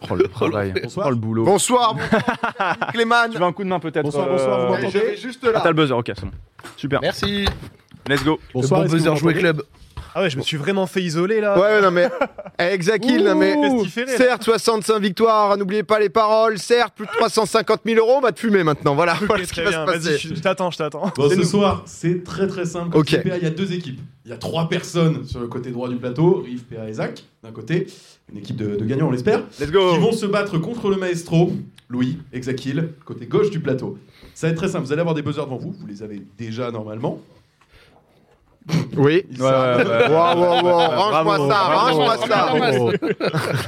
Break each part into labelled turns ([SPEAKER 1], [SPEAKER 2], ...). [SPEAKER 1] prend le travail, on se prend le boulot.
[SPEAKER 2] Bonsoir, bonsoir Clément.
[SPEAKER 1] Tu veux un coup de main peut-être
[SPEAKER 3] Bonsoir, bonsoir, vous
[SPEAKER 1] euh,
[SPEAKER 3] m'entendez
[SPEAKER 2] Je vais juste
[SPEAKER 1] Ah, t'as
[SPEAKER 2] là.
[SPEAKER 1] le buzzer, ok, c'est bon. Super,
[SPEAKER 2] Merci.
[SPEAKER 1] let's go.
[SPEAKER 3] Bonsoir,
[SPEAKER 4] le
[SPEAKER 3] est-ce
[SPEAKER 4] bon
[SPEAKER 3] que
[SPEAKER 4] buzzer
[SPEAKER 3] vous
[SPEAKER 4] jouer
[SPEAKER 3] m'entendez
[SPEAKER 4] club.
[SPEAKER 5] Ah ouais, je me suis vraiment fait isoler là.
[SPEAKER 2] Ouais, ouais, non mais. Eh, Exacil, non mais.
[SPEAKER 5] Ouh, Steve Ferrer.
[SPEAKER 2] Certes, 65 victoires, n'oubliez pas les paroles. Certes, plus de 350 000 euros, on va te fumer maintenant. Voilà, voilà
[SPEAKER 5] Ok,
[SPEAKER 2] ce qui
[SPEAKER 5] très
[SPEAKER 2] va
[SPEAKER 5] bien,
[SPEAKER 2] se
[SPEAKER 5] Vas-y,
[SPEAKER 2] passer.
[SPEAKER 5] je je t'attends, je t'attends.
[SPEAKER 4] Bon, ce
[SPEAKER 2] Dis-nous.
[SPEAKER 4] soir, c'est très très simple. Comme
[SPEAKER 2] Ok.
[SPEAKER 4] CPA, il y a deux équipes. Il y a trois personnes sur le côté droit du plateau, Rive, PA et Zach, d'un côté. Une équipe de, de gagnants, on l'espère.
[SPEAKER 1] Let's
[SPEAKER 4] Qui
[SPEAKER 1] go.
[SPEAKER 4] vont se battre contre le maestro, Louis, Exakil, côté gauche du plateau. Ça va être très simple. Vous allez avoir des buzzers devant vous. Vous les avez déjà normalement.
[SPEAKER 2] Oui.
[SPEAKER 4] Ils
[SPEAKER 1] Ouais, ouais, ouais.
[SPEAKER 2] Wow, wow, wow, range-moi
[SPEAKER 1] Bravo,
[SPEAKER 2] ça,
[SPEAKER 1] bravo.
[SPEAKER 2] range-moi ça.
[SPEAKER 1] Bravo.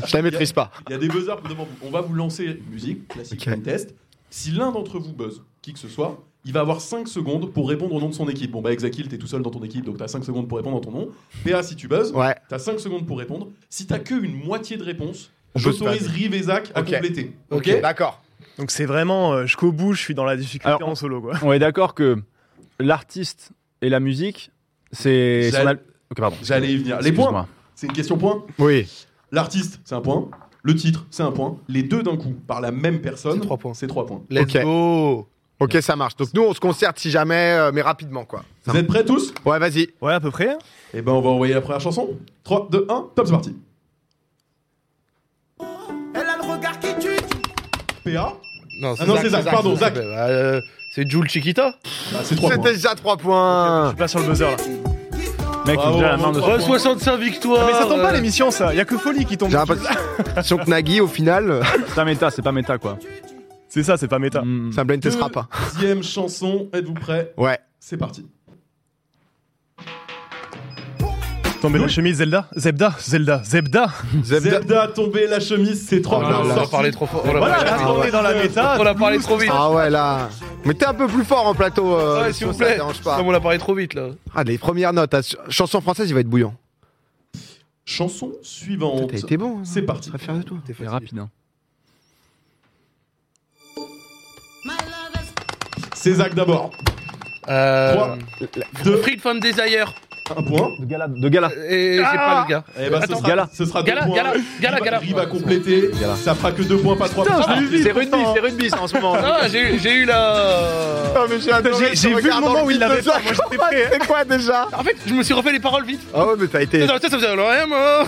[SPEAKER 2] Je la maîtrise pas.
[SPEAKER 4] Il y a des buzzers devant vous. On va vous lancer une musique, classique
[SPEAKER 2] Ok.
[SPEAKER 4] blind test. Si l'un d'entre vous buzz, qui que ce soit, il va avoir 5 secondes pour répondre au nom de son équipe. Bon, bah, Exakil, t'es tout seul dans ton équipe, donc t'as 5 secondes pour répondre à ton nom. PA, si tu buzzes,
[SPEAKER 2] Ouais.
[SPEAKER 4] t'as 5 secondes pour répondre. Si t'as que une moitié de réponse,
[SPEAKER 1] On peut
[SPEAKER 4] j'autorise Rive et Zach à
[SPEAKER 2] Ok.
[SPEAKER 4] compléter.
[SPEAKER 2] D'accord.
[SPEAKER 5] Donc c'est vraiment euh, jusqu'au bout, je suis dans la difficulté
[SPEAKER 1] Alors,
[SPEAKER 5] en solo quoi.
[SPEAKER 1] On est d'accord que l'artiste et la musique, c'est.
[SPEAKER 4] J'allais-
[SPEAKER 1] son al- Ok, pardon.
[SPEAKER 4] J'allais y venir. Les points,
[SPEAKER 1] Excuse-moi.
[SPEAKER 4] c'est une question point.
[SPEAKER 2] Oui.
[SPEAKER 4] L'artiste, c'est un point. Le titre, c'est un point. Les deux d'un coup, par la même personne,
[SPEAKER 3] C'est trois points.
[SPEAKER 4] c'est 3 points.
[SPEAKER 2] Let's
[SPEAKER 3] go
[SPEAKER 2] Ok, ça marche. Donc nous, on se concerte si jamais, euh, mais rapidement, quoi. Ça
[SPEAKER 4] Vous êtes prêts tous
[SPEAKER 2] Ouais, vas-y.
[SPEAKER 5] Ouais, à peu près.
[SPEAKER 4] Eh ben, on va envoyer la première chanson. 3, 2, 1, top, c'est parti.
[SPEAKER 6] Elle a le regard qui tue.
[SPEAKER 4] PA,
[SPEAKER 3] Non,
[SPEAKER 4] Ah non, c'est Zach, pardon, Zach.
[SPEAKER 3] Euh, C'est Jules Chiquita
[SPEAKER 4] bah, c'est 3
[SPEAKER 2] C'est
[SPEAKER 4] points.
[SPEAKER 2] déjà 3 points.
[SPEAKER 5] Je passe sur le buzzer là.
[SPEAKER 1] Mec, il me
[SPEAKER 4] Bravo,
[SPEAKER 1] donne la main de
[SPEAKER 4] bravo.
[SPEAKER 1] son-
[SPEAKER 3] 65 victoires
[SPEAKER 5] mais ça tombe pas
[SPEAKER 3] euh,
[SPEAKER 5] l'émission ça, y a que folie qui tombe.
[SPEAKER 2] J'ai l'impression que Nagui, au final, euh,
[SPEAKER 1] C'est pas méta, c'est pas méta quoi.
[SPEAKER 5] C'est ça, c'est pas méta.
[SPEAKER 1] Hmm.
[SPEAKER 2] ça blind testera pas.
[SPEAKER 4] Deuxième chanson, êtes-vous prêts
[SPEAKER 2] Ouais.
[SPEAKER 4] C'est parti.
[SPEAKER 5] Tomber la chemise Zelda, Zebda, Zelda, Zebda.
[SPEAKER 2] Zebda.
[SPEAKER 4] Zebda a tombé la chemise, c'est
[SPEAKER 3] Oh
[SPEAKER 4] trois
[SPEAKER 3] là
[SPEAKER 4] points.
[SPEAKER 3] là, on a
[SPEAKER 4] Sorti.
[SPEAKER 3] parlé trop fort. Oh là
[SPEAKER 5] Voilà,
[SPEAKER 3] là.
[SPEAKER 5] là,
[SPEAKER 2] Ah
[SPEAKER 5] on
[SPEAKER 2] ouais.
[SPEAKER 5] est dans la méta.
[SPEAKER 3] On a parlé trop vite.
[SPEAKER 2] Ah ouais, là. Mais t'es un peu plus fort en plateau. euh,
[SPEAKER 3] Ouais,
[SPEAKER 2] si
[SPEAKER 3] s'il vous
[SPEAKER 2] ça te
[SPEAKER 3] plaît.
[SPEAKER 2] dérange pas.
[SPEAKER 3] Comme on a parlé trop vite là.
[SPEAKER 2] Ah, les premières notes. hein. Chanson française, il va être bouillant.
[SPEAKER 4] Chanson
[SPEAKER 2] T'as
[SPEAKER 4] suivante.
[SPEAKER 2] été bon. hein.
[SPEAKER 4] C'est parti.
[SPEAKER 2] Très fier de toi. T'es
[SPEAKER 1] C'est
[SPEAKER 2] facile.
[SPEAKER 1] rapide. hein.
[SPEAKER 4] C'est Zach d'abord.
[SPEAKER 3] Euh,
[SPEAKER 4] Trois. Deux.
[SPEAKER 3] Free Fan Desire.
[SPEAKER 4] Un point.
[SPEAKER 1] De gala. De gala.
[SPEAKER 3] Et j'ai pas le gars.
[SPEAKER 4] Eh ben, ce
[SPEAKER 3] Attends.
[SPEAKER 4] sera,
[SPEAKER 1] Gala.
[SPEAKER 4] ce sera deux
[SPEAKER 3] Gala,
[SPEAKER 4] points.
[SPEAKER 3] gala, gala,
[SPEAKER 4] Riva-
[SPEAKER 3] gala.
[SPEAKER 4] Riva complété. Ça fera que deux points, pas trois Ah, points.
[SPEAKER 1] C'est rugby, c'est rugby ça en ce moment.
[SPEAKER 3] Ah, j'ai eu- j'ai eu la.
[SPEAKER 2] Ah, mais j'ai adoré
[SPEAKER 5] J'ai-
[SPEAKER 2] ce
[SPEAKER 5] j'ai vu le
[SPEAKER 2] regard dans
[SPEAKER 5] moment où il
[SPEAKER 2] vide de
[SPEAKER 5] l'avait pas,
[SPEAKER 2] Jacques.
[SPEAKER 5] moi, j'étais prêt, hein.
[SPEAKER 2] C'est quoi déjà
[SPEAKER 3] En fait, je me suis refait les paroles vite.
[SPEAKER 2] Ah ouais, mais t'as été.
[SPEAKER 3] Dans la tête, ça faisait l'OM. hein.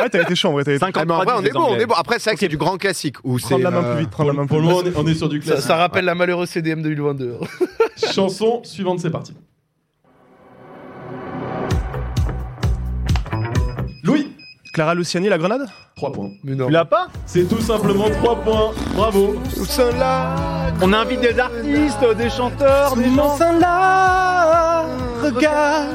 [SPEAKER 5] Ah, t'as été chaud en vrai, t'as été.
[SPEAKER 1] 50
[SPEAKER 2] Ah, mais en vrai, on est bon, on est bon. Après, c'est vrai que c'est du grand classique. Où c'est,
[SPEAKER 5] Prendre la main
[SPEAKER 2] euh,
[SPEAKER 5] plus vite, prendre
[SPEAKER 4] Pour
[SPEAKER 5] la main
[SPEAKER 4] pour
[SPEAKER 5] plus
[SPEAKER 4] le
[SPEAKER 5] vite.
[SPEAKER 4] moment, on est- on est sur du
[SPEAKER 3] Ça,
[SPEAKER 4] classique.
[SPEAKER 3] ça rappelle la malheureuse CDM 2022.
[SPEAKER 4] Chanson suivante, c'est parti. Louis,
[SPEAKER 5] Clara Luciani, la grenade
[SPEAKER 4] trois points.
[SPEAKER 3] Mais non.
[SPEAKER 1] Tu l'as pas
[SPEAKER 4] C'est tout simplement trois points. Bravo.
[SPEAKER 2] Tout cela.
[SPEAKER 1] On invite des artistes, des chanteurs, des gens.
[SPEAKER 5] là, regarde.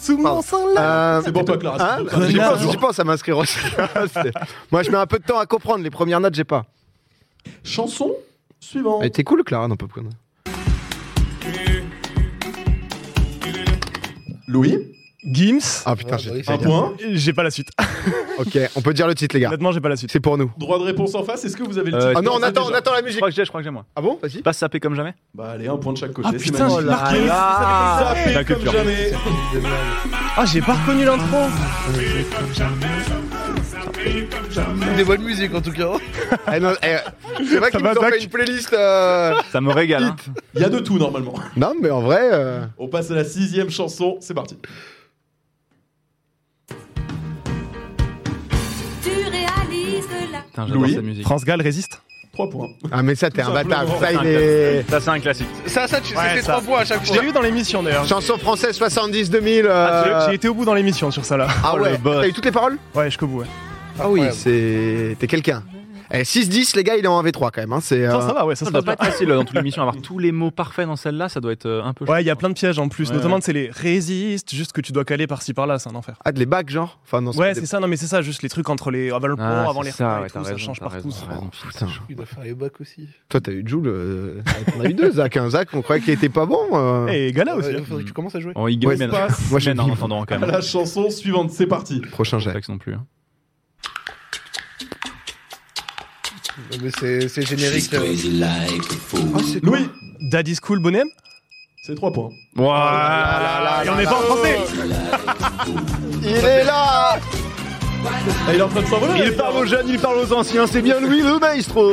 [SPEAKER 5] Sous
[SPEAKER 2] Pardon.
[SPEAKER 5] sein là.
[SPEAKER 2] Euh,
[SPEAKER 4] C'est pour toi, Clara.
[SPEAKER 2] Hein
[SPEAKER 4] c'est pour toi.
[SPEAKER 2] J'y
[SPEAKER 5] Clara.
[SPEAKER 2] pense, j'y pense à m'inscrire aussi. C'est- Moi, je mets un peu de temps à comprendre. Les premières notes, j'ai pas.
[SPEAKER 4] Chanson suivante.
[SPEAKER 2] Elle était cool, Clara, d'un peu près.
[SPEAKER 4] Louis,
[SPEAKER 5] Gims.
[SPEAKER 2] Ah putain,
[SPEAKER 3] Ah,
[SPEAKER 2] j'ai-
[SPEAKER 3] bah oui,
[SPEAKER 4] un
[SPEAKER 3] c'est bien.
[SPEAKER 4] point.
[SPEAKER 5] J'ai pas la suite.
[SPEAKER 2] Ok, on peut dire le titre, les gars.
[SPEAKER 5] Honnêtement, j'ai pas la suite.
[SPEAKER 2] C'est pour nous.
[SPEAKER 4] Droit de réponse en face, est-ce que vous avez le
[SPEAKER 1] Euh,
[SPEAKER 4] titre
[SPEAKER 2] Ah non, on
[SPEAKER 4] Ça,
[SPEAKER 2] attend, on
[SPEAKER 4] déjà.
[SPEAKER 2] attend la
[SPEAKER 1] Je
[SPEAKER 2] musique.
[SPEAKER 1] crois que j'ai, je crois que j'ai moi.
[SPEAKER 2] Ah bon Vas-y.
[SPEAKER 1] Pas saper comme jamais
[SPEAKER 4] Bah allez, un point de chaque côté.
[SPEAKER 5] Ah
[SPEAKER 4] c'est
[SPEAKER 5] putain, j'ai
[SPEAKER 4] magnifique.
[SPEAKER 5] marqué.
[SPEAKER 1] Ah.
[SPEAKER 4] Ça fait
[SPEAKER 1] La
[SPEAKER 4] comme
[SPEAKER 1] culture.
[SPEAKER 4] jamais.
[SPEAKER 5] Ah, j'ai pas reconnu l'intro.
[SPEAKER 3] Des bonnes musiques en tout cas.
[SPEAKER 2] Eh non, eh, c'est vrai
[SPEAKER 5] Ça
[SPEAKER 2] qu'ils
[SPEAKER 5] va,
[SPEAKER 2] nous ont
[SPEAKER 5] Zach
[SPEAKER 2] fait une playlist. euh,
[SPEAKER 1] Ça me régale. hein.
[SPEAKER 4] Il y a de tout normalement.
[SPEAKER 2] Non, mais en vrai. euh,
[SPEAKER 4] On passe à la sixième chanson, c'est parti.
[SPEAKER 7] Tu réalises la
[SPEAKER 1] Putain, j'adore
[SPEAKER 4] Louis.
[SPEAKER 1] cette musique.
[SPEAKER 5] Transgal résiste.
[SPEAKER 4] Trois points.
[SPEAKER 2] Ah, mais ça, t'es
[SPEAKER 4] Tout
[SPEAKER 2] un bâtard.
[SPEAKER 4] simplement.
[SPEAKER 2] Ça, il
[SPEAKER 1] Ça,
[SPEAKER 2] est.
[SPEAKER 1] Ça, c'est un classique.
[SPEAKER 3] Ça, ça, tu-
[SPEAKER 5] Ouais,
[SPEAKER 3] c'était
[SPEAKER 5] ça.
[SPEAKER 3] trois points à chaque
[SPEAKER 5] Je
[SPEAKER 3] fois.
[SPEAKER 5] l'ai eu dans l'émission d'ailleurs.
[SPEAKER 2] Chanson française 70 2000.
[SPEAKER 5] Ah, j'ai-
[SPEAKER 2] euh,
[SPEAKER 5] J'ai été au bout dans l'émission sur ça là.
[SPEAKER 2] Ah
[SPEAKER 1] Oh, le
[SPEAKER 2] ouais,
[SPEAKER 1] boss.
[SPEAKER 2] t'as eu toutes les paroles
[SPEAKER 5] Ouais, jusqu'au bout. Ouais.
[SPEAKER 2] Ah oui,
[SPEAKER 3] Incroyable.
[SPEAKER 2] c'est. T'es quelqu'un. Eh, 6-10, les gars, il est en 1v3 quand même. Hein. C'est,
[SPEAKER 5] Ça,
[SPEAKER 2] euh,
[SPEAKER 5] ça va, ouais, ça
[SPEAKER 1] Ça
[SPEAKER 5] se
[SPEAKER 1] doit
[SPEAKER 5] passe
[SPEAKER 1] pas
[SPEAKER 5] bien.
[SPEAKER 1] être facile euh, dans toute l'émission. Avoir tous les mots parfaits dans celle-là, ça doit être euh, un peu.
[SPEAKER 5] Ouais, il y a plein de pièges en plus.
[SPEAKER 1] Ouais,
[SPEAKER 5] Notamment,
[SPEAKER 1] ouais.
[SPEAKER 5] c'est les résistes, juste que tu dois caler par-ci par-là, c'est un enfer.
[SPEAKER 2] Ah, de les bacs, genre Enfin, non,
[SPEAKER 5] Ouais,
[SPEAKER 2] pas
[SPEAKER 5] c'est ça, non mais c'est ça, juste les trucs entre les avant le pont,
[SPEAKER 1] Ah,
[SPEAKER 5] avant
[SPEAKER 1] c'est
[SPEAKER 5] les
[SPEAKER 1] ça,
[SPEAKER 5] repas
[SPEAKER 1] ouais,
[SPEAKER 5] et
[SPEAKER 1] t'as
[SPEAKER 5] tout, ça
[SPEAKER 1] raison,
[SPEAKER 5] change
[SPEAKER 1] t'as
[SPEAKER 5] partout.
[SPEAKER 1] raison,
[SPEAKER 5] ça.
[SPEAKER 1] t'as raison.
[SPEAKER 2] Putain.
[SPEAKER 3] Il doit faire les bacs aussi.
[SPEAKER 2] Toi, t'as eu Jules. euh, On a eu deux, Zach. Un Zach, on croyait qu'il était pas bon. euh.
[SPEAKER 5] Et Gala aussi.
[SPEAKER 3] Ah Ouais, faudrait que tu commences à jouer.
[SPEAKER 1] On y
[SPEAKER 2] Ouais,
[SPEAKER 1] gagne,
[SPEAKER 4] On
[SPEAKER 1] mais
[SPEAKER 4] passe
[SPEAKER 2] Moi, j'ai
[SPEAKER 1] mais non, en
[SPEAKER 2] mis
[SPEAKER 1] attendant quand
[SPEAKER 4] à
[SPEAKER 1] même.
[SPEAKER 4] la chanson suivante, c'est parti.
[SPEAKER 2] prochain
[SPEAKER 1] Pas
[SPEAKER 2] jet.
[SPEAKER 1] texte non plus. hein.
[SPEAKER 3] Ouais, Mais c'est c'est générique. euh.
[SPEAKER 4] Louis,
[SPEAKER 5] Daddy's Cool Bonhomme
[SPEAKER 4] c'est trois points.
[SPEAKER 1] Ouah.
[SPEAKER 2] Ah là là
[SPEAKER 5] Et
[SPEAKER 2] là
[SPEAKER 5] on est
[SPEAKER 2] là.
[SPEAKER 5] pas en français
[SPEAKER 2] Il est là
[SPEAKER 4] Ah, il est en train de s'envoler
[SPEAKER 1] Il parle aux jeunes, il parle aux anciens, c'est bien Louis le maestro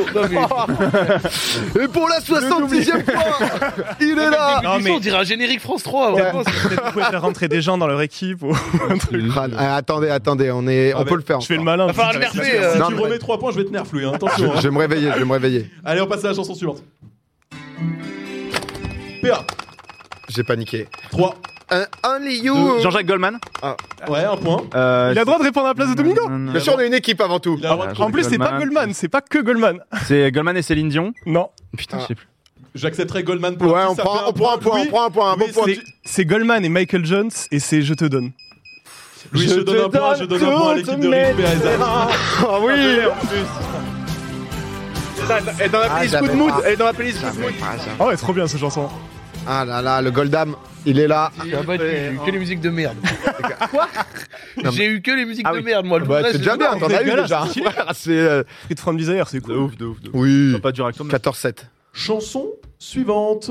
[SPEAKER 2] Et pour la 66e fois, il est là
[SPEAKER 5] Non, mais
[SPEAKER 3] On dirait un générique France 3.
[SPEAKER 5] Ouais.
[SPEAKER 3] vraiment, c'est-
[SPEAKER 5] peut-être vous pouvez faire rentrer des gens dans leur équipe ou un truc.
[SPEAKER 2] Crâne. Ah, Attendez, attendez, on, est... on peut le faire.
[SPEAKER 5] Ah, Je fais le malin.
[SPEAKER 3] Va falloir
[SPEAKER 5] putain,
[SPEAKER 3] le nerver,
[SPEAKER 5] c'est la-
[SPEAKER 3] euh.
[SPEAKER 4] Si
[SPEAKER 2] Non,
[SPEAKER 4] tu
[SPEAKER 2] mais-
[SPEAKER 4] remets 3 points, je vais te nerf lui, hein,
[SPEAKER 2] Je,
[SPEAKER 4] attention. hein.
[SPEAKER 2] je vais me réveiller, je vais me réveiller.
[SPEAKER 4] Allez, on passe à la chanson suivante. PA,
[SPEAKER 2] J'ai paniqué.
[SPEAKER 4] 3.
[SPEAKER 2] Un only you
[SPEAKER 1] Jean-Jacques Goldman
[SPEAKER 4] Ouais, un point.
[SPEAKER 1] euh, Ah,
[SPEAKER 5] Il a le droit de répondre à la place de Domingo
[SPEAKER 2] Bien sûr, on est une équipe avant tout.
[SPEAKER 3] Ah.
[SPEAKER 4] Il a le droit de-
[SPEAKER 1] Jean-Jacques
[SPEAKER 5] En plus, c'est pas Goldman, c'est pas que Goldman.
[SPEAKER 1] C'est Goldman et Céline Dion
[SPEAKER 5] Non,
[SPEAKER 1] Putain, je sais plus.
[SPEAKER 4] J'accepterai Goldman pour
[SPEAKER 2] Ouais,
[SPEAKER 4] un
[SPEAKER 2] on
[SPEAKER 4] petit, ça fait
[SPEAKER 2] prend, on prend un point, on
[SPEAKER 4] Louis-
[SPEAKER 2] prend un point, un bon
[SPEAKER 4] Louis,
[SPEAKER 2] point.
[SPEAKER 4] c'est-
[SPEAKER 5] c'est- c'est Goldman et Michael Jones et c'est Je te donne.
[SPEAKER 4] Louis, je, donne un point, je donne un point à l'équipe de Rick Perez.
[SPEAKER 2] Ah oui
[SPEAKER 1] Et dans la
[SPEAKER 2] Ah, playlist j'avais Good Mood, pas.
[SPEAKER 1] et dans la playlist
[SPEAKER 5] Oh, ouais, trop bien cette chanson.
[SPEAKER 2] Ah là là, le Goldam, il est là.
[SPEAKER 3] Ah bah, J'ai eu que les musiques de merde. Quoi J'ai eu que les musiques
[SPEAKER 1] Ah
[SPEAKER 3] de
[SPEAKER 1] oui.
[SPEAKER 3] merde, moi. Le
[SPEAKER 2] Bah,
[SPEAKER 3] reste,
[SPEAKER 2] c'est déjà
[SPEAKER 3] j'ai-
[SPEAKER 2] bien, t'en as eu
[SPEAKER 5] dégueulasse,
[SPEAKER 2] déjà. hein.
[SPEAKER 5] c'est
[SPEAKER 2] Frère, C'est. euh,
[SPEAKER 5] Street from Desire, c'est
[SPEAKER 1] De
[SPEAKER 5] cool.
[SPEAKER 1] ouf, de ouf, de ouf.
[SPEAKER 2] Oui.
[SPEAKER 1] Pas dur acteur, mais-
[SPEAKER 2] 14-7.
[SPEAKER 4] Chanson suivante.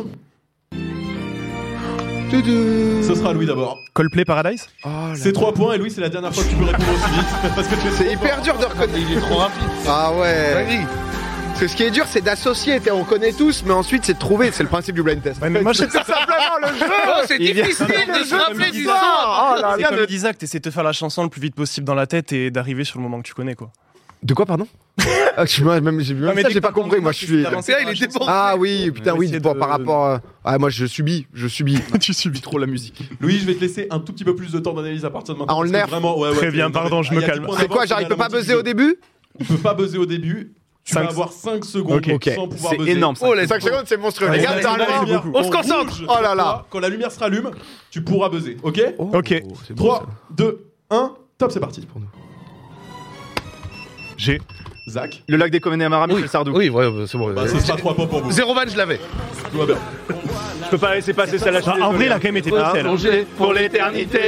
[SPEAKER 4] Ce sera Louis d'abord.
[SPEAKER 5] Coldplay Paradise
[SPEAKER 4] C'est 3 points et Louis, c'est la dernière fois que tu peux répondre aussi vite. Parce que tu es
[SPEAKER 2] Oh C'est hyper dur de reconnaître.
[SPEAKER 3] Il est trop rapide.
[SPEAKER 2] Ah ouais.
[SPEAKER 3] Vas-y.
[SPEAKER 2] Parce que ce qui est dur, c'est d'associer. t'es- On connaît tous, mais ensuite, c'est de trouver. C'est le principe du blind test.
[SPEAKER 5] Ouais, mais moi, je-
[SPEAKER 2] C'est tout simplement le jeu.
[SPEAKER 3] Oh, c'est
[SPEAKER 1] Il vient-
[SPEAKER 3] difficile de se rappeler du son.
[SPEAKER 2] Ah, oh là
[SPEAKER 5] C'est
[SPEAKER 2] là,
[SPEAKER 5] comme
[SPEAKER 2] de-
[SPEAKER 5] Isaac, t'essaies de te faire la chanson le plus vite possible dans la tête et d'arriver sur le moment que tu connais, quoi.
[SPEAKER 2] De quoi, pardon ah, je, suis- moi, même, j'ai- même
[SPEAKER 5] mais
[SPEAKER 2] ça,
[SPEAKER 5] dès
[SPEAKER 2] j'ai
[SPEAKER 5] que
[SPEAKER 2] pas compris. Moi, je suis.
[SPEAKER 5] t'as lancé
[SPEAKER 3] C'est là, il
[SPEAKER 5] dans la
[SPEAKER 3] est
[SPEAKER 5] chanson.
[SPEAKER 3] dépensé.
[SPEAKER 2] Ah oui, putain,
[SPEAKER 5] On va
[SPEAKER 2] oui,
[SPEAKER 5] essayer
[SPEAKER 2] bon,
[SPEAKER 5] de-
[SPEAKER 2] par rapport. euh, Ah, moi, je subis, je subis.
[SPEAKER 5] Tu subis trop la musique.
[SPEAKER 4] Louis, je vais te laisser un tout petit peu plus de temps d'analyse à partir de maintenant.
[SPEAKER 2] Ah, on le
[SPEAKER 4] parce que
[SPEAKER 2] nerf.
[SPEAKER 4] Vraiment, ouais, ouais,
[SPEAKER 5] Très bien,
[SPEAKER 4] non,
[SPEAKER 5] pardon,
[SPEAKER 4] mais
[SPEAKER 5] je me
[SPEAKER 4] il y a dix
[SPEAKER 5] calme.
[SPEAKER 4] points
[SPEAKER 2] C'est
[SPEAKER 4] d'avance,
[SPEAKER 2] quoi, j'arrive
[SPEAKER 4] on est à la
[SPEAKER 2] pas à
[SPEAKER 4] moitié du
[SPEAKER 2] buzzer au
[SPEAKER 4] jeu.
[SPEAKER 2] début
[SPEAKER 4] Tu peux pas buzzer au début. Tu
[SPEAKER 5] Cinq-
[SPEAKER 4] vas avoir 5 secondes
[SPEAKER 5] Ok.
[SPEAKER 4] sans pouvoir
[SPEAKER 1] C'est
[SPEAKER 4] buzzer.
[SPEAKER 1] énorme ça.
[SPEAKER 3] Oh, les
[SPEAKER 2] 5 secondes, c'est monstrueux.
[SPEAKER 5] Ouais,
[SPEAKER 2] Les
[SPEAKER 4] On
[SPEAKER 2] gars,
[SPEAKER 4] a-
[SPEAKER 5] c'est
[SPEAKER 2] t'as
[SPEAKER 4] on a
[SPEAKER 2] rien.
[SPEAKER 5] énorme.
[SPEAKER 4] la lumière,
[SPEAKER 5] beaucoup.
[SPEAKER 4] on
[SPEAKER 3] On se concentre.
[SPEAKER 4] bouge.
[SPEAKER 2] Oh là là. Oh,
[SPEAKER 4] Quand la lumière se rallume, tu pourras buzzer, ok
[SPEAKER 5] Ok.
[SPEAKER 4] 3, 2, 1, top, c'est parti.
[SPEAKER 5] J'ai.
[SPEAKER 4] Zach,
[SPEAKER 1] Le lac des Comédiens Amara, Michel
[SPEAKER 3] Oui.
[SPEAKER 1] Sardou.
[SPEAKER 3] Oui, ouais, bah, c'est bon.
[SPEAKER 2] Euh,
[SPEAKER 4] bah, ce sera 3 points pour vous. bah,
[SPEAKER 3] Zéro van, je l'avais.
[SPEAKER 4] Tout va bien.
[SPEAKER 1] Je peux pas laisser passer celle-là. je suis
[SPEAKER 5] Bah, en vrai,
[SPEAKER 1] désolé.
[SPEAKER 5] il a quand même été pas mal.
[SPEAKER 3] Plongé.
[SPEAKER 1] Pour l'éternité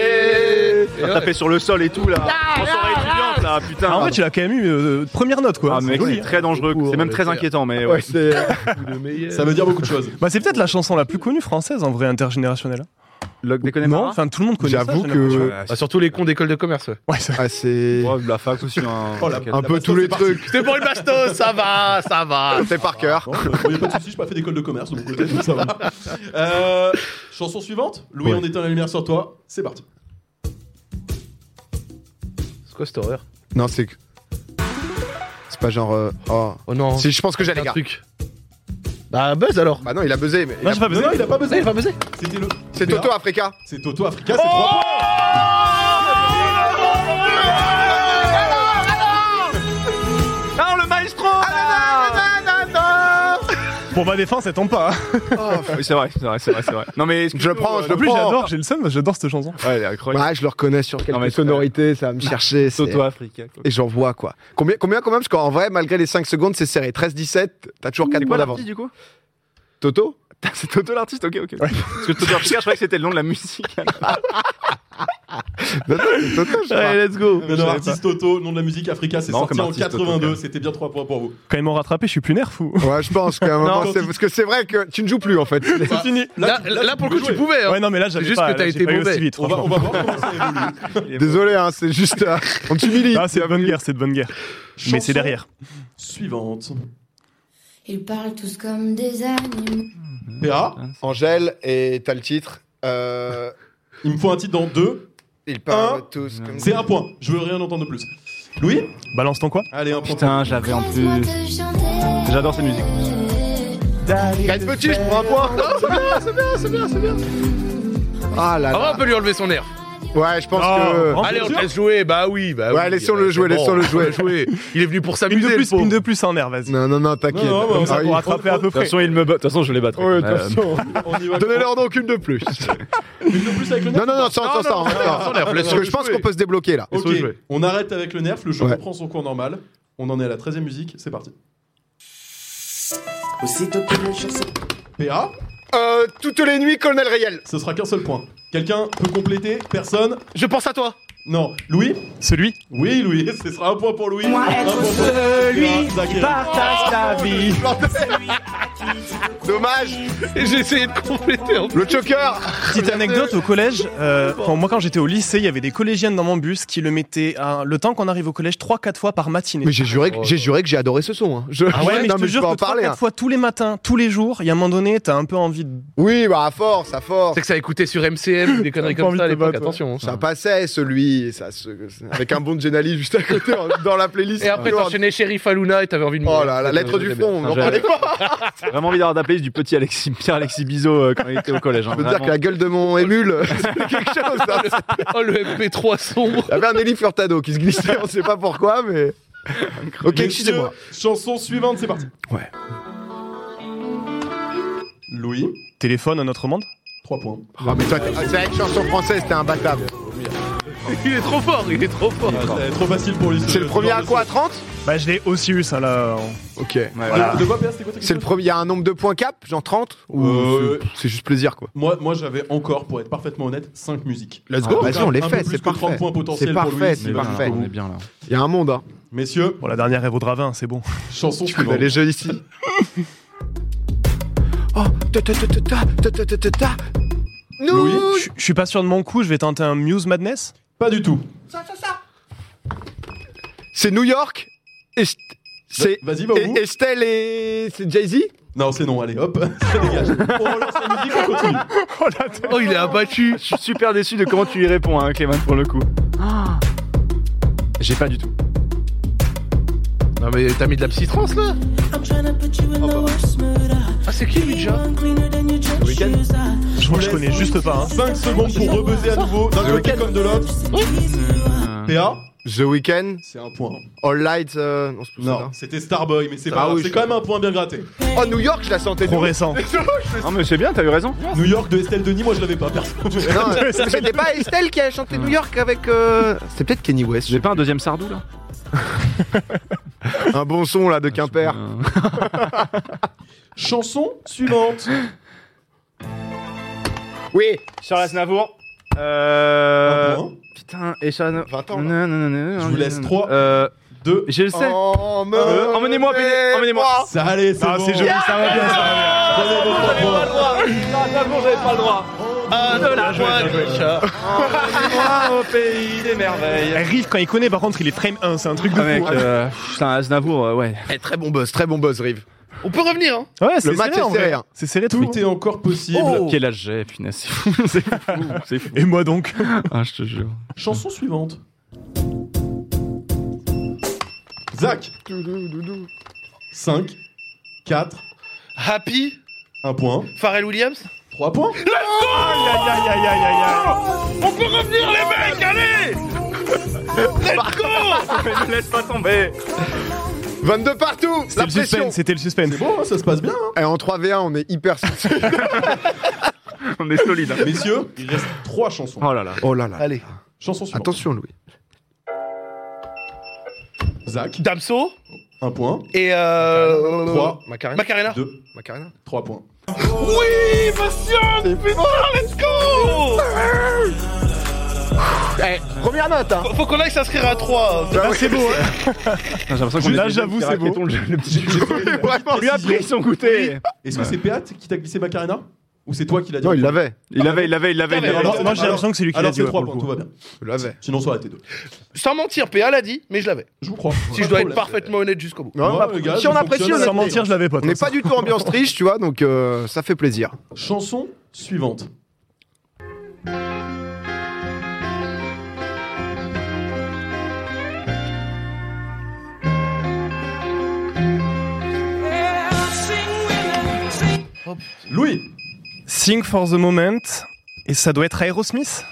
[SPEAKER 3] Et ouais.
[SPEAKER 1] Taper sur le sol et tout là. On s'en étudiante là, putain.
[SPEAKER 5] Ah, en vrai, tu l'as quand même eu euh, première note, quoi.
[SPEAKER 1] Ah,
[SPEAKER 5] C'est
[SPEAKER 1] mec,
[SPEAKER 5] joli,
[SPEAKER 1] c'est
[SPEAKER 5] hein.
[SPEAKER 1] très dangereux.
[SPEAKER 2] Beaucoup,
[SPEAKER 1] C'est même
[SPEAKER 2] on
[SPEAKER 1] très
[SPEAKER 2] était-
[SPEAKER 1] inquiétant, mais Eh ouais.
[SPEAKER 2] Ouais, c'est.
[SPEAKER 4] Ça veut dire beaucoup de choses.
[SPEAKER 5] Bah, c'est peut-être la chanson la plus connue française en vrai intergénérationnelle.
[SPEAKER 1] Lock déconne
[SPEAKER 5] Non,
[SPEAKER 1] pas.
[SPEAKER 5] enfin tout le monde connaît ça.
[SPEAKER 2] J'avoue
[SPEAKER 5] j'ai l'impression.
[SPEAKER 2] que.
[SPEAKER 3] Ah, surtout les cons d'école de commerce. ouais.
[SPEAKER 5] Ouais, ça-
[SPEAKER 2] Ah, c'est.
[SPEAKER 1] Oh, de la fac aussi. hein.
[SPEAKER 4] Oh, la-
[SPEAKER 1] T'inquiète.
[SPEAKER 2] Un peu
[SPEAKER 4] baston,
[SPEAKER 2] tous
[SPEAKER 4] c'est
[SPEAKER 2] les
[SPEAKER 4] parti.
[SPEAKER 2] trucs.
[SPEAKER 3] C'était pour une bastos, ça va, ça va.
[SPEAKER 2] C'est par cœur.
[SPEAKER 4] Bon, bah, bon, y a pas de soucis, j'ai pas fait d'école de commerce de mon côté, donc ça va. Euh, chanson suivante. Louis, on éteint la lumière sur toi. C'est parti.
[SPEAKER 3] C'est quoi cette horreur
[SPEAKER 2] Non, c'est. que- C'est pas genre. euh, Oh.
[SPEAKER 3] Oh non.
[SPEAKER 2] Si, je pense que j'allais,
[SPEAKER 3] un
[SPEAKER 2] gars.
[SPEAKER 3] truc. Bah, buzz alors.
[SPEAKER 2] Bah non, il a buzzé, mais. il
[SPEAKER 5] Non,
[SPEAKER 2] a-
[SPEAKER 3] ah,
[SPEAKER 5] j'ai pas
[SPEAKER 4] Non,
[SPEAKER 5] besoin.
[SPEAKER 4] non, il a pas
[SPEAKER 3] Ça, il
[SPEAKER 4] buzzé.
[SPEAKER 3] va buzzer.
[SPEAKER 4] C'était le.
[SPEAKER 2] C'est Toto Africa.
[SPEAKER 4] C'est Toto Africa, c'est 3 points.
[SPEAKER 1] Ah, le maestro
[SPEAKER 5] Pour ma défense, elle tombe pas. hein.
[SPEAKER 1] Oui, c'est vrai, c'est vrai, c'est vrai, c'est vrai. Non, mais
[SPEAKER 2] Je le prends, je
[SPEAKER 5] En
[SPEAKER 2] le
[SPEAKER 5] plus,
[SPEAKER 2] prends.
[SPEAKER 5] j'adore, j'ai le seum parce que j'adore cette chanson.
[SPEAKER 1] euh, Ouais, elle est incroyable.
[SPEAKER 2] Ouais, je le reconnais sur
[SPEAKER 1] mais
[SPEAKER 2] quelques
[SPEAKER 1] c'est-
[SPEAKER 2] sonorités, ça va me chercher. Bah, c'est-
[SPEAKER 1] Toto Africa. hein, quoi.
[SPEAKER 2] Et j'en vois quoi. Combien, combien quand même Parce qu'en vrai, malgré les 5 secondes, c'est serré. 13-17, t'as toujours 4
[SPEAKER 1] C'est
[SPEAKER 2] points
[SPEAKER 1] quoi
[SPEAKER 2] d'avance.
[SPEAKER 1] l'artiste du coup
[SPEAKER 2] Toto
[SPEAKER 1] C'est Toto l'artiste, ok, ok. Parce que Toto Africa, je croyais que c'était le nom de la musique. hein,
[SPEAKER 2] Non, non, c'est Toto, je crois.
[SPEAKER 1] let's go
[SPEAKER 3] Euh,
[SPEAKER 4] Non, non, artiste Toto, nom de la musique Africa, c'est
[SPEAKER 1] Non,
[SPEAKER 4] sorti
[SPEAKER 1] comme
[SPEAKER 4] en
[SPEAKER 1] artiste Toto,
[SPEAKER 4] 82.
[SPEAKER 1] quand
[SPEAKER 4] C'était bien 3 points pour vous.
[SPEAKER 5] Quand ils m'ont rattrapé, je suis plus nerf fou.
[SPEAKER 2] Ouais, je pense qu'à un moment,
[SPEAKER 4] Non.
[SPEAKER 2] c'est- parce que c'est vrai que tu ne joues plus en fait.
[SPEAKER 5] C'est fini.
[SPEAKER 3] Là, là, pour le coup, tu pouvais.
[SPEAKER 5] Ouais,
[SPEAKER 3] Ah, hein.
[SPEAKER 5] non, mais là, j'avais
[SPEAKER 3] juste
[SPEAKER 5] pas.
[SPEAKER 3] que t'as
[SPEAKER 5] là,
[SPEAKER 3] été
[SPEAKER 5] j'ai pas eu
[SPEAKER 3] mauvais.
[SPEAKER 5] aussi vite,
[SPEAKER 4] On va, on
[SPEAKER 5] franchement.
[SPEAKER 4] va voir comment ça évolue.
[SPEAKER 2] Désolé, hein, c'est juste. euh, on t'humilie.
[SPEAKER 5] Ah, c'est de bonne guerre, c'est de bonne guerre. Mais
[SPEAKER 4] Chanson
[SPEAKER 5] c'est derrière.
[SPEAKER 4] Suivante.
[SPEAKER 7] Ils parlent tous comme des animaux.
[SPEAKER 4] PA,
[SPEAKER 2] Angèle, et t'as le titre. Euh,
[SPEAKER 4] il me faut un titre dans 2.
[SPEAKER 2] ils
[SPEAKER 4] parlent
[SPEAKER 2] tous comme
[SPEAKER 4] C'est un point. Je veux rien entendre de plus. Louis
[SPEAKER 5] Balance ton quoi
[SPEAKER 4] Allez, un point.
[SPEAKER 1] Putain, j'avais en
[SPEAKER 7] Laisse-moi
[SPEAKER 1] plus.
[SPEAKER 7] te chanter.
[SPEAKER 1] J'adore ces musiques.
[SPEAKER 2] Gagne petit, je prends un point. Ah, c'est bien, c'est bien, c'est bien, c'est bien. Ah là
[SPEAKER 3] Ah ouais,
[SPEAKER 2] là.
[SPEAKER 3] on peut lui enlever son air.
[SPEAKER 2] Ouais, je pense que.
[SPEAKER 5] Oh,
[SPEAKER 3] Allez, on
[SPEAKER 5] bien
[SPEAKER 3] te laisse jouer. Bah oui, bah
[SPEAKER 2] Ouais,
[SPEAKER 3] oui.
[SPEAKER 2] laissons-le
[SPEAKER 3] Bah,
[SPEAKER 2] jouer,
[SPEAKER 3] c'est
[SPEAKER 2] laissons-le jouer.
[SPEAKER 3] jouer. Il est venu pour
[SPEAKER 5] Une
[SPEAKER 3] s'amuser.
[SPEAKER 5] de
[SPEAKER 3] le
[SPEAKER 5] plus,
[SPEAKER 3] pauvre. Ah,
[SPEAKER 5] une de plus en nerf, vas-y.
[SPEAKER 2] Non, non, non, t'inquiète.
[SPEAKER 4] Non, non, bah,
[SPEAKER 5] Comme ça,
[SPEAKER 2] Ah,
[SPEAKER 5] pour
[SPEAKER 2] il-
[SPEAKER 5] rattraper à peu
[SPEAKER 1] De toute
[SPEAKER 5] près.
[SPEAKER 1] façon, il me bat. De toute façon, je les battrai.
[SPEAKER 2] Ouais, de toute
[SPEAKER 1] Euh,
[SPEAKER 2] façon.
[SPEAKER 4] On y va.
[SPEAKER 2] Donnez-leur donc une de plus.
[SPEAKER 4] Une de plus avec le
[SPEAKER 2] Non,
[SPEAKER 4] nerf
[SPEAKER 2] non, non, sans, sans, sans. sans. Parce que je pense qu'on peut se débloquer là.
[SPEAKER 4] Ok,
[SPEAKER 3] Laisse-le jouer.
[SPEAKER 4] on arrête avec le nerf, le jeu
[SPEAKER 2] Ouais.
[SPEAKER 4] reprend son cours normal. On en est à la 13 e musique, c'est parti.
[SPEAKER 6] Aussitôt que le jour se
[SPEAKER 4] PA,
[SPEAKER 2] Euh, toutes les nuits, Colonel Riel.
[SPEAKER 4] ce sera qu'un seul point. Quelqu'un peut compléter Personne
[SPEAKER 3] Je pense à toi.
[SPEAKER 4] Non. Louis
[SPEAKER 5] Celui
[SPEAKER 4] Oui, Louis, ce sera un point pour Louis.
[SPEAKER 6] Moi,
[SPEAKER 4] un
[SPEAKER 6] être
[SPEAKER 4] point pour
[SPEAKER 6] celui
[SPEAKER 4] Zachary.
[SPEAKER 5] partage ta vie.
[SPEAKER 2] Dommage
[SPEAKER 3] Et j'ai essayé de compléter en plus.
[SPEAKER 2] Le choker
[SPEAKER 5] Petite anecdote au collège, euh, quand- moi quand j'étais au lycée, il y avait des collégiennes dans mon bus qui le mettaient à- le temps qu'on arrive au collège 3-4 fois par matinée.
[SPEAKER 2] Mais j'ai juré, que- j'ai juré que j'ai adoré ce son. hein. Je,
[SPEAKER 5] Ah ouais, mais
[SPEAKER 2] non,
[SPEAKER 5] je te
[SPEAKER 2] mais
[SPEAKER 5] jure
[SPEAKER 2] peux
[SPEAKER 5] que
[SPEAKER 2] en parler.
[SPEAKER 5] 3-4
[SPEAKER 2] hein.
[SPEAKER 5] fois tous les matins, tous les jours, il y a un moment donné, t'as un peu envie de...
[SPEAKER 2] Oui, bah à force, à force.
[SPEAKER 3] C'est que ça écoutait sur MCM, des conneries comme ça à l'époque, attention. hein.
[SPEAKER 2] Ça passait celui, ça se- avec un bon de Genali juste à côté en- dans la playlist.
[SPEAKER 3] Et après,
[SPEAKER 2] Lourde.
[SPEAKER 3] t'enchaînais Sheriff Aluna et t'avais envie de
[SPEAKER 2] Oh
[SPEAKER 3] mourir.
[SPEAKER 2] là, la lettre du front, on en
[SPEAKER 1] J'ai-
[SPEAKER 2] parlait pas.
[SPEAKER 1] J'ai vraiment envie d'avoir d'appel du petit Alexis, Pierre Alexis Bizot euh, quand il était au collège. hein,
[SPEAKER 2] Je peux te dire que
[SPEAKER 1] vraiment.
[SPEAKER 2] la gueule de mon émule, c'est quelque chose. hein.
[SPEAKER 3] Oh, le MP3 sombre.
[SPEAKER 2] Il y avait un Eli Furtado qui se glissait, on sait pas pourquoi, mais. Ok,
[SPEAKER 4] Messieurs,
[SPEAKER 2] excusez-moi.
[SPEAKER 4] Chanson suivante, c'est parti.
[SPEAKER 2] Ouais.
[SPEAKER 4] Louis,
[SPEAKER 5] Téléphone à notre monde
[SPEAKER 4] 3 points.
[SPEAKER 2] Ah, mais toi, t'es- c'est vrai que chanson française, t'es imbattable.
[SPEAKER 3] Il est trop fort, il est trop fort.
[SPEAKER 4] Ah, c'est trop facile pour lui. ce-
[SPEAKER 2] C'est le
[SPEAKER 4] ce
[SPEAKER 2] premier
[SPEAKER 4] genre
[SPEAKER 2] à
[SPEAKER 4] de
[SPEAKER 2] quoi à
[SPEAKER 4] son.
[SPEAKER 2] 30
[SPEAKER 5] Bah je l'ai aussi eu ça là.
[SPEAKER 2] Ok.
[SPEAKER 1] Ouais,
[SPEAKER 4] De-
[SPEAKER 1] voilà.
[SPEAKER 4] De quoi, Pierre, c'était
[SPEAKER 2] C'est
[SPEAKER 4] quoi ta question
[SPEAKER 2] le premier. Il y a un nombre de points cap, genre 30 Ou
[SPEAKER 4] Euh,
[SPEAKER 2] c'est- c'est juste plaisir, quoi.
[SPEAKER 4] Moi, moi j'avais encore, pour être parfaitement honnête, 5 musiques.
[SPEAKER 2] Let's
[SPEAKER 1] go.
[SPEAKER 2] Vas-y, on les
[SPEAKER 4] Ah, bah, Un peu
[SPEAKER 2] fait,
[SPEAKER 4] plus
[SPEAKER 2] c'est
[SPEAKER 4] que 30
[SPEAKER 2] parfait.
[SPEAKER 4] points potentiels
[SPEAKER 2] C'est
[SPEAKER 4] pour
[SPEAKER 2] parfait,
[SPEAKER 4] Louis,
[SPEAKER 2] c'est
[SPEAKER 1] Mais
[SPEAKER 4] bien.
[SPEAKER 2] parfait.
[SPEAKER 1] On est bien là.
[SPEAKER 2] Il y a un monde, hein.
[SPEAKER 4] Messieurs,
[SPEAKER 5] Bon la dernière rêve au Dravin, c'est bon.
[SPEAKER 4] chanson
[SPEAKER 2] Tu connais
[SPEAKER 4] suivante.
[SPEAKER 2] les jeux ici. Oh, ta ta ta ta ta ta ta ta ta. Nous
[SPEAKER 4] Louis
[SPEAKER 5] Je je suis pas sûr de mon coup, je vais tenter un Muse Madness
[SPEAKER 4] Pas du tout.
[SPEAKER 6] Ça, ça, ça.
[SPEAKER 2] C'est New York et je- c'est
[SPEAKER 4] Vas-y, va au bout.
[SPEAKER 2] et- Estelle et c'est Jay-Z
[SPEAKER 4] Non, c'est non, allez, hop, ça dégage. On relance la musique, on continue.
[SPEAKER 3] Oh, il est abattu.
[SPEAKER 1] Je suis super déçu de comment tu y réponds, hein, Clément, pour le coup. J'ai pas du tout.
[SPEAKER 3] Non, mais t'as mis de la psytrance là Ah, c'est qui lui déjà
[SPEAKER 5] Je crois que je connais juste pas. hein.
[SPEAKER 4] 5 secondes pour rebuzzer à nouveau, d'un côté comme de l'autre. PA,
[SPEAKER 2] The Weeknd,
[SPEAKER 4] c'est un point.
[SPEAKER 2] All Light, euh, non, c'est pas
[SPEAKER 4] Non, c'était Starboy, mais c'est
[SPEAKER 2] Ah
[SPEAKER 4] pas grave,
[SPEAKER 2] oui,
[SPEAKER 4] c'est
[SPEAKER 2] je-
[SPEAKER 4] quand même un point bien gratté.
[SPEAKER 2] ça. Oh, New York, je la sentais.
[SPEAKER 5] Trop
[SPEAKER 2] de-
[SPEAKER 5] récent.
[SPEAKER 1] Non, mais c'est bien, t'as eu raison.
[SPEAKER 4] New York de Estelle Denis, moi je l'avais pas, perso.
[SPEAKER 2] Non, mais c'était pas Estelle qui a chanté New York avec. euh, C'était peut-être Kenny West.
[SPEAKER 1] J'ai pas un deuxième sardou là
[SPEAKER 2] Un bon son là de Quimper.
[SPEAKER 1] Euh,
[SPEAKER 4] Chanson suivante.
[SPEAKER 2] Oui.
[SPEAKER 1] Charles Aznavour.
[SPEAKER 4] Un
[SPEAKER 2] Ah
[SPEAKER 1] Euh.
[SPEAKER 4] point,
[SPEAKER 1] Putain, et Charles Aznavour.
[SPEAKER 2] 20 ans.
[SPEAKER 1] Non, non, non, non,
[SPEAKER 4] Je
[SPEAKER 1] non,
[SPEAKER 4] vous laisse
[SPEAKER 1] non,
[SPEAKER 4] trois.
[SPEAKER 1] Euh,
[SPEAKER 4] deux.
[SPEAKER 1] je le sais.
[SPEAKER 5] Oh,
[SPEAKER 1] Euh, emmenez-moi, emmenez- emmenez-moi.
[SPEAKER 4] Ça allait, c'est
[SPEAKER 5] Ah
[SPEAKER 4] bon.
[SPEAKER 5] c'est joli, ça va bien, ça va bien.
[SPEAKER 4] Prenez vos trois points.
[SPEAKER 3] Ah, de la joie, Richard.
[SPEAKER 1] Moi au pays des merveilles.
[SPEAKER 5] Eh, Riff quand il connaît par contre il est frame 1, c'est un truc de
[SPEAKER 1] Ah, mec,
[SPEAKER 5] fou. hein.
[SPEAKER 1] euh, putain, Aznavour, euh, ouais.
[SPEAKER 2] Eh, très bon buzz, très bon buzz, Rive.
[SPEAKER 3] On peut revenir, hein
[SPEAKER 5] Ouais, c'est
[SPEAKER 2] match
[SPEAKER 5] serré,
[SPEAKER 2] est
[SPEAKER 5] en vrai.
[SPEAKER 2] serré, hein.
[SPEAKER 5] C'est serré tout.
[SPEAKER 4] Tout est encore possible.
[SPEAKER 1] Quel âge j'ai, punaise, c'est fou, c'est fou, c'est fou.
[SPEAKER 5] Et moi donc
[SPEAKER 1] Ah, je te jure.
[SPEAKER 4] Chanson suivante. Zach. 5, 4,
[SPEAKER 3] Happy
[SPEAKER 4] 1 point,
[SPEAKER 3] Pharrell Williams
[SPEAKER 4] 3 points.
[SPEAKER 5] Aïe aïe aïe aïe aïe aïe
[SPEAKER 1] Ah, Ne laisse pas tomber
[SPEAKER 2] 22 partout.
[SPEAKER 5] C'était
[SPEAKER 2] La
[SPEAKER 5] le
[SPEAKER 2] pression.
[SPEAKER 5] suspense, c'était le suspense.
[SPEAKER 4] C'est bon, hein, ça se passe bien. hein.
[SPEAKER 2] Et en 3v1, on est hyper.
[SPEAKER 1] On est solide. hein.
[SPEAKER 4] Messieurs, il reste 3 chansons.
[SPEAKER 1] Oh là là.
[SPEAKER 2] oh là là.
[SPEAKER 3] Allez.
[SPEAKER 4] Chanson suivante.
[SPEAKER 2] Attention, Louis.
[SPEAKER 4] Zach,
[SPEAKER 3] Damso
[SPEAKER 4] 1 point,
[SPEAKER 3] et euh.
[SPEAKER 4] Trois.
[SPEAKER 3] Macarena. Macarena.
[SPEAKER 4] 2,
[SPEAKER 2] Macarena
[SPEAKER 4] 3 points.
[SPEAKER 2] Oh Première note, hein.
[SPEAKER 3] Faut- Faut qu'on aille s'inscrire à 3.
[SPEAKER 2] Bah oui.
[SPEAKER 5] C'est beau hein
[SPEAKER 1] J'ai l'impression qu'on
[SPEAKER 5] Là,
[SPEAKER 1] est des
[SPEAKER 5] j'avoue,
[SPEAKER 1] jeunes qui
[SPEAKER 5] c'est beau.
[SPEAKER 1] raquettons le jeu, le petit jeu.
[SPEAKER 2] Vraiment.
[SPEAKER 1] On lui a pris son goûter
[SPEAKER 4] Est-ce que c'est PA qui t'a glissé Macarena Ou c'est toi qui l'as dit
[SPEAKER 2] Non, il l'avait.
[SPEAKER 1] Il l'avait, il l'avait, il l'avait. il l'avait.
[SPEAKER 5] Moi moi, j'ai l'impression que c'est lui qui l'a
[SPEAKER 4] Alors
[SPEAKER 5] dit
[SPEAKER 4] c'est
[SPEAKER 5] ouais,
[SPEAKER 4] 3
[SPEAKER 5] pour le
[SPEAKER 4] points, tout
[SPEAKER 5] coup.
[SPEAKER 4] va bien.
[SPEAKER 2] Je l'avais.
[SPEAKER 4] Sinon ça aurait été 2.
[SPEAKER 3] Sans mentir, PA l'a dit, mais je l'avais.
[SPEAKER 4] Je vous crois.
[SPEAKER 3] Si je dois être parfaitement honnête jusqu'au bout.
[SPEAKER 2] Non,
[SPEAKER 4] Ouais,
[SPEAKER 2] pas-
[SPEAKER 4] le gars,
[SPEAKER 2] si on
[SPEAKER 4] ça
[SPEAKER 2] apprécie,
[SPEAKER 4] fonctionne.
[SPEAKER 2] on,
[SPEAKER 5] Sans mentir je l'avais pas.
[SPEAKER 2] on n'est pas du tout ambiance triche, tu vois, donc euh, ça fait plaisir.
[SPEAKER 4] Chanson suivante. Louis,
[SPEAKER 5] Sing for the moment. Et ça doit être Aerosmith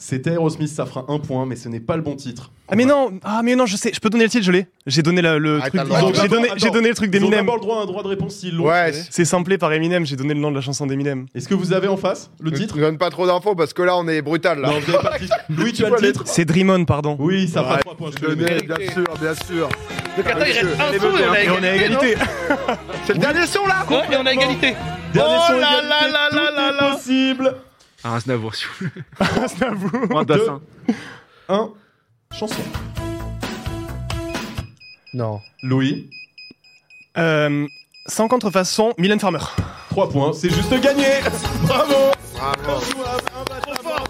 [SPEAKER 4] c'était Aerosmith, ça fera un point, mais ce n'est pas le bon titre.
[SPEAKER 5] Ah mais non, ah mais non, je sais, je peux donner le titre, je l'ai. J'ai donné la- le
[SPEAKER 2] Ah,
[SPEAKER 5] truc.
[SPEAKER 2] t'as le droit.
[SPEAKER 5] Ils ont-
[SPEAKER 4] Attends,
[SPEAKER 5] J'ai donné, j'ai
[SPEAKER 4] attends.
[SPEAKER 5] donné le truc
[SPEAKER 4] Ils ont
[SPEAKER 5] d'Eminem.
[SPEAKER 4] d'abord le droit à un droit de réponse s'ils l'ont.
[SPEAKER 2] Ouais,
[SPEAKER 5] C'est samplé par Eminem, j'ai donné le nom de la chanson d'Eminem.
[SPEAKER 4] Est-ce que vous avez en face le
[SPEAKER 5] Euh,
[SPEAKER 2] ne
[SPEAKER 4] titre
[SPEAKER 2] donne pas trop d'infos parce que là, on est brutal. Là.
[SPEAKER 4] Non, vous avez pas le titre. Louis, tu as le
[SPEAKER 2] vois les-
[SPEAKER 4] titre
[SPEAKER 5] C'est Dream On, pardon.
[SPEAKER 4] Oui, ça fera
[SPEAKER 2] Ouais,
[SPEAKER 4] 3 points. je te le mets.
[SPEAKER 2] Donné, bien sûr, bien sûr.
[SPEAKER 3] Donc attends, il reste un son et on a
[SPEAKER 5] Et on est à
[SPEAKER 3] égalité.
[SPEAKER 5] égalité.
[SPEAKER 2] C'est le dernier son là
[SPEAKER 3] non Ouais, et on a égalité.
[SPEAKER 4] Dernier
[SPEAKER 3] Oh
[SPEAKER 4] son
[SPEAKER 3] là
[SPEAKER 4] égalité,
[SPEAKER 3] là là
[SPEAKER 4] tout
[SPEAKER 3] là là
[SPEAKER 4] est
[SPEAKER 3] là.
[SPEAKER 4] possible.
[SPEAKER 1] Ah, Aznavour, s'il vous plaît. Aznavour. Moi, Dassin.
[SPEAKER 4] 1, chanson.
[SPEAKER 3] Non.
[SPEAKER 4] Louis,
[SPEAKER 5] Euh, sans contrefaçon, Mylène Farmer.
[SPEAKER 4] 3 points, c'est juste gagné Bravo
[SPEAKER 2] Bravo.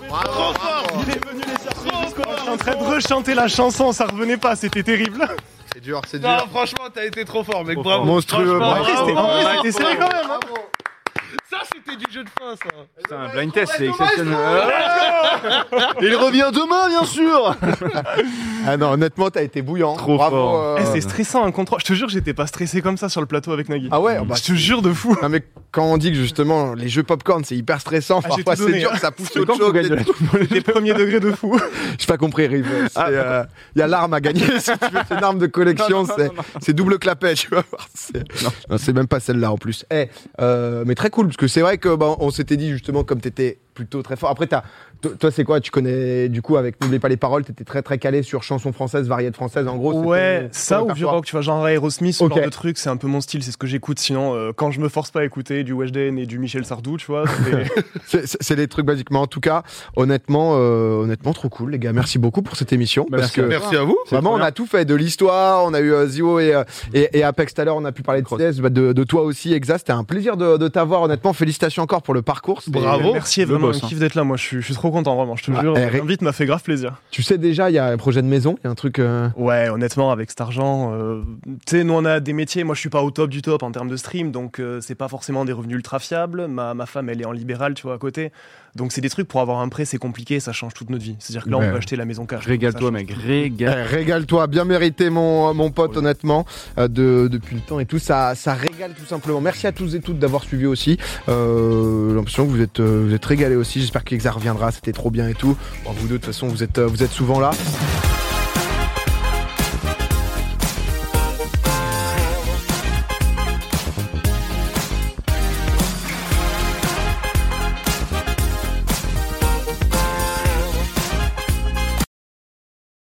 [SPEAKER 2] Bravo, bravo.
[SPEAKER 4] Il est venu les chercher jusqu'au
[SPEAKER 5] Je suis en train de rechanter la chanson, ça revenait pas, c'était terrible.
[SPEAKER 2] C'est dur, c'est
[SPEAKER 3] Non,
[SPEAKER 2] dur.
[SPEAKER 3] franchement, t'as été trop fort, mec.
[SPEAKER 1] Trop
[SPEAKER 3] bravo.
[SPEAKER 1] fort.
[SPEAKER 2] Monstrueux,
[SPEAKER 3] Franchement,
[SPEAKER 5] En vrai, c'était- en vrai,
[SPEAKER 3] bravo.
[SPEAKER 5] c'était serré quand même. hein.
[SPEAKER 3] Ça, c'était du jeu de fin, ça.
[SPEAKER 1] C'est un blind test, c'est exceptionnel. Ah.
[SPEAKER 2] Il revient demain, bien sûr. ah non, honnêtement, t'as été bouillant.
[SPEAKER 1] Trop
[SPEAKER 2] Bravo,
[SPEAKER 1] fort.
[SPEAKER 2] euh,
[SPEAKER 5] Eh, c'est stressant un contrôle. Je te jure, j'étais pas stressé comme ça sur le plateau avec Nagui.
[SPEAKER 2] Ah ouais, bah,
[SPEAKER 5] je te jure de fou.
[SPEAKER 2] Non mais quand on dit que justement les jeux popcorn c'est hyper stressant,
[SPEAKER 5] Ah, j'ai
[SPEAKER 2] parfois
[SPEAKER 5] tout
[SPEAKER 2] c'est
[SPEAKER 5] donné,
[SPEAKER 2] dur,
[SPEAKER 5] hein.
[SPEAKER 2] ça pousse
[SPEAKER 1] C'est
[SPEAKER 2] au
[SPEAKER 1] quand qu'on
[SPEAKER 2] choc.
[SPEAKER 1] gagne
[SPEAKER 2] et
[SPEAKER 1] la
[SPEAKER 2] tout.
[SPEAKER 5] Des premiers degrés de fou.
[SPEAKER 2] J'ai pas compris, Rive. Il y a l'arme à gagner. si tu veux, c'est une arme de collection, c'est c'est double clapet. Tu vas voir. c'est- Non, c'est même pas celle-là en plus. Eh, euh, mais très cool parce que c'est vrai que bah, on s'était dit justement comme t'étais plutôt très fort. Après t'as- to- toi c'est quoi Tu connais du coup avec n'oublie pas les paroles. T'étais très très calé sur chansons françaises, variétés françaises. En gros. c'était
[SPEAKER 5] Ouais,
[SPEAKER 2] ton
[SPEAKER 5] ça ou du
[SPEAKER 2] répertoire.
[SPEAKER 5] rock, tu vois, genre Aerosmith, ce
[SPEAKER 2] Ok.
[SPEAKER 5] genre de truc, c'est un peu mon style, c'est ce que j'écoute. Sinon, euh, quand je me force pas à écouter du Weshden et du Michel Sardou, tu vois, c'est-
[SPEAKER 2] C'est- C'est c'est les trucs basiquement. En tout cas, honnêtement, euh, honnêtement trop cool les gars. Merci beaucoup pour cette émission
[SPEAKER 1] Bah,
[SPEAKER 2] parce
[SPEAKER 1] merci à
[SPEAKER 2] que.
[SPEAKER 3] Merci à vous.
[SPEAKER 1] C'est
[SPEAKER 2] Vraiment,
[SPEAKER 1] trop
[SPEAKER 2] on a tout fait de l'histoire. On a eu euh, Zio et, euh, et, et Apex tout à l'heure. On a pu parler de CS, bah, de, de toi aussi, Exa. C'était un plaisir de, de t'avoir. Honnêtement, félicitations encore pour le parcours. C'était-
[SPEAKER 5] Merci, vraiment
[SPEAKER 1] boss,
[SPEAKER 5] un
[SPEAKER 1] hein.
[SPEAKER 5] kiff d'être là. Moi, je suis, je suis trop content, vraiment. Je te
[SPEAKER 2] Ah,
[SPEAKER 5] jure,
[SPEAKER 2] eh, Ré-
[SPEAKER 5] l'invite m'a fait grave plaisir.
[SPEAKER 2] Tu sais déjà, il y a un projet de maison. Il y a un truc. euh,
[SPEAKER 5] Ouais, honnêtement, avec cet argent, euh, tu sais, nous on a des métiers. Moi, je suis pas au top du top en termes de stream, donc euh, c'est pas forcément des revenus ultra fiables. Ma, ma femme, elle est en libéral, tu vois, à côté. Donc c'est des trucs pour avoir un prêt, c'est compliqué, ça change toute notre vie. C'est-à-dire que là,
[SPEAKER 2] Ouais.
[SPEAKER 5] on peut acheter la maison cash.
[SPEAKER 1] Régale-toi,
[SPEAKER 5] Ça change
[SPEAKER 1] mec,
[SPEAKER 5] tout.
[SPEAKER 2] eh,
[SPEAKER 1] régale.
[SPEAKER 2] Régale-toi, bien mérité mon, mon pote honnêtement, euh, de, depuis le temps et tout, ça, ça régale tout simplement. Merci à tous et toutes d'avoir suivi aussi. Euh, J'ai l'impression que vous êtes, euh, vous êtes régalés aussi, j'espère qu'Exa reviendra, c'était trop bien et tout. Bon, vous deux de toute façon vous êtes, euh, vous êtes souvent là.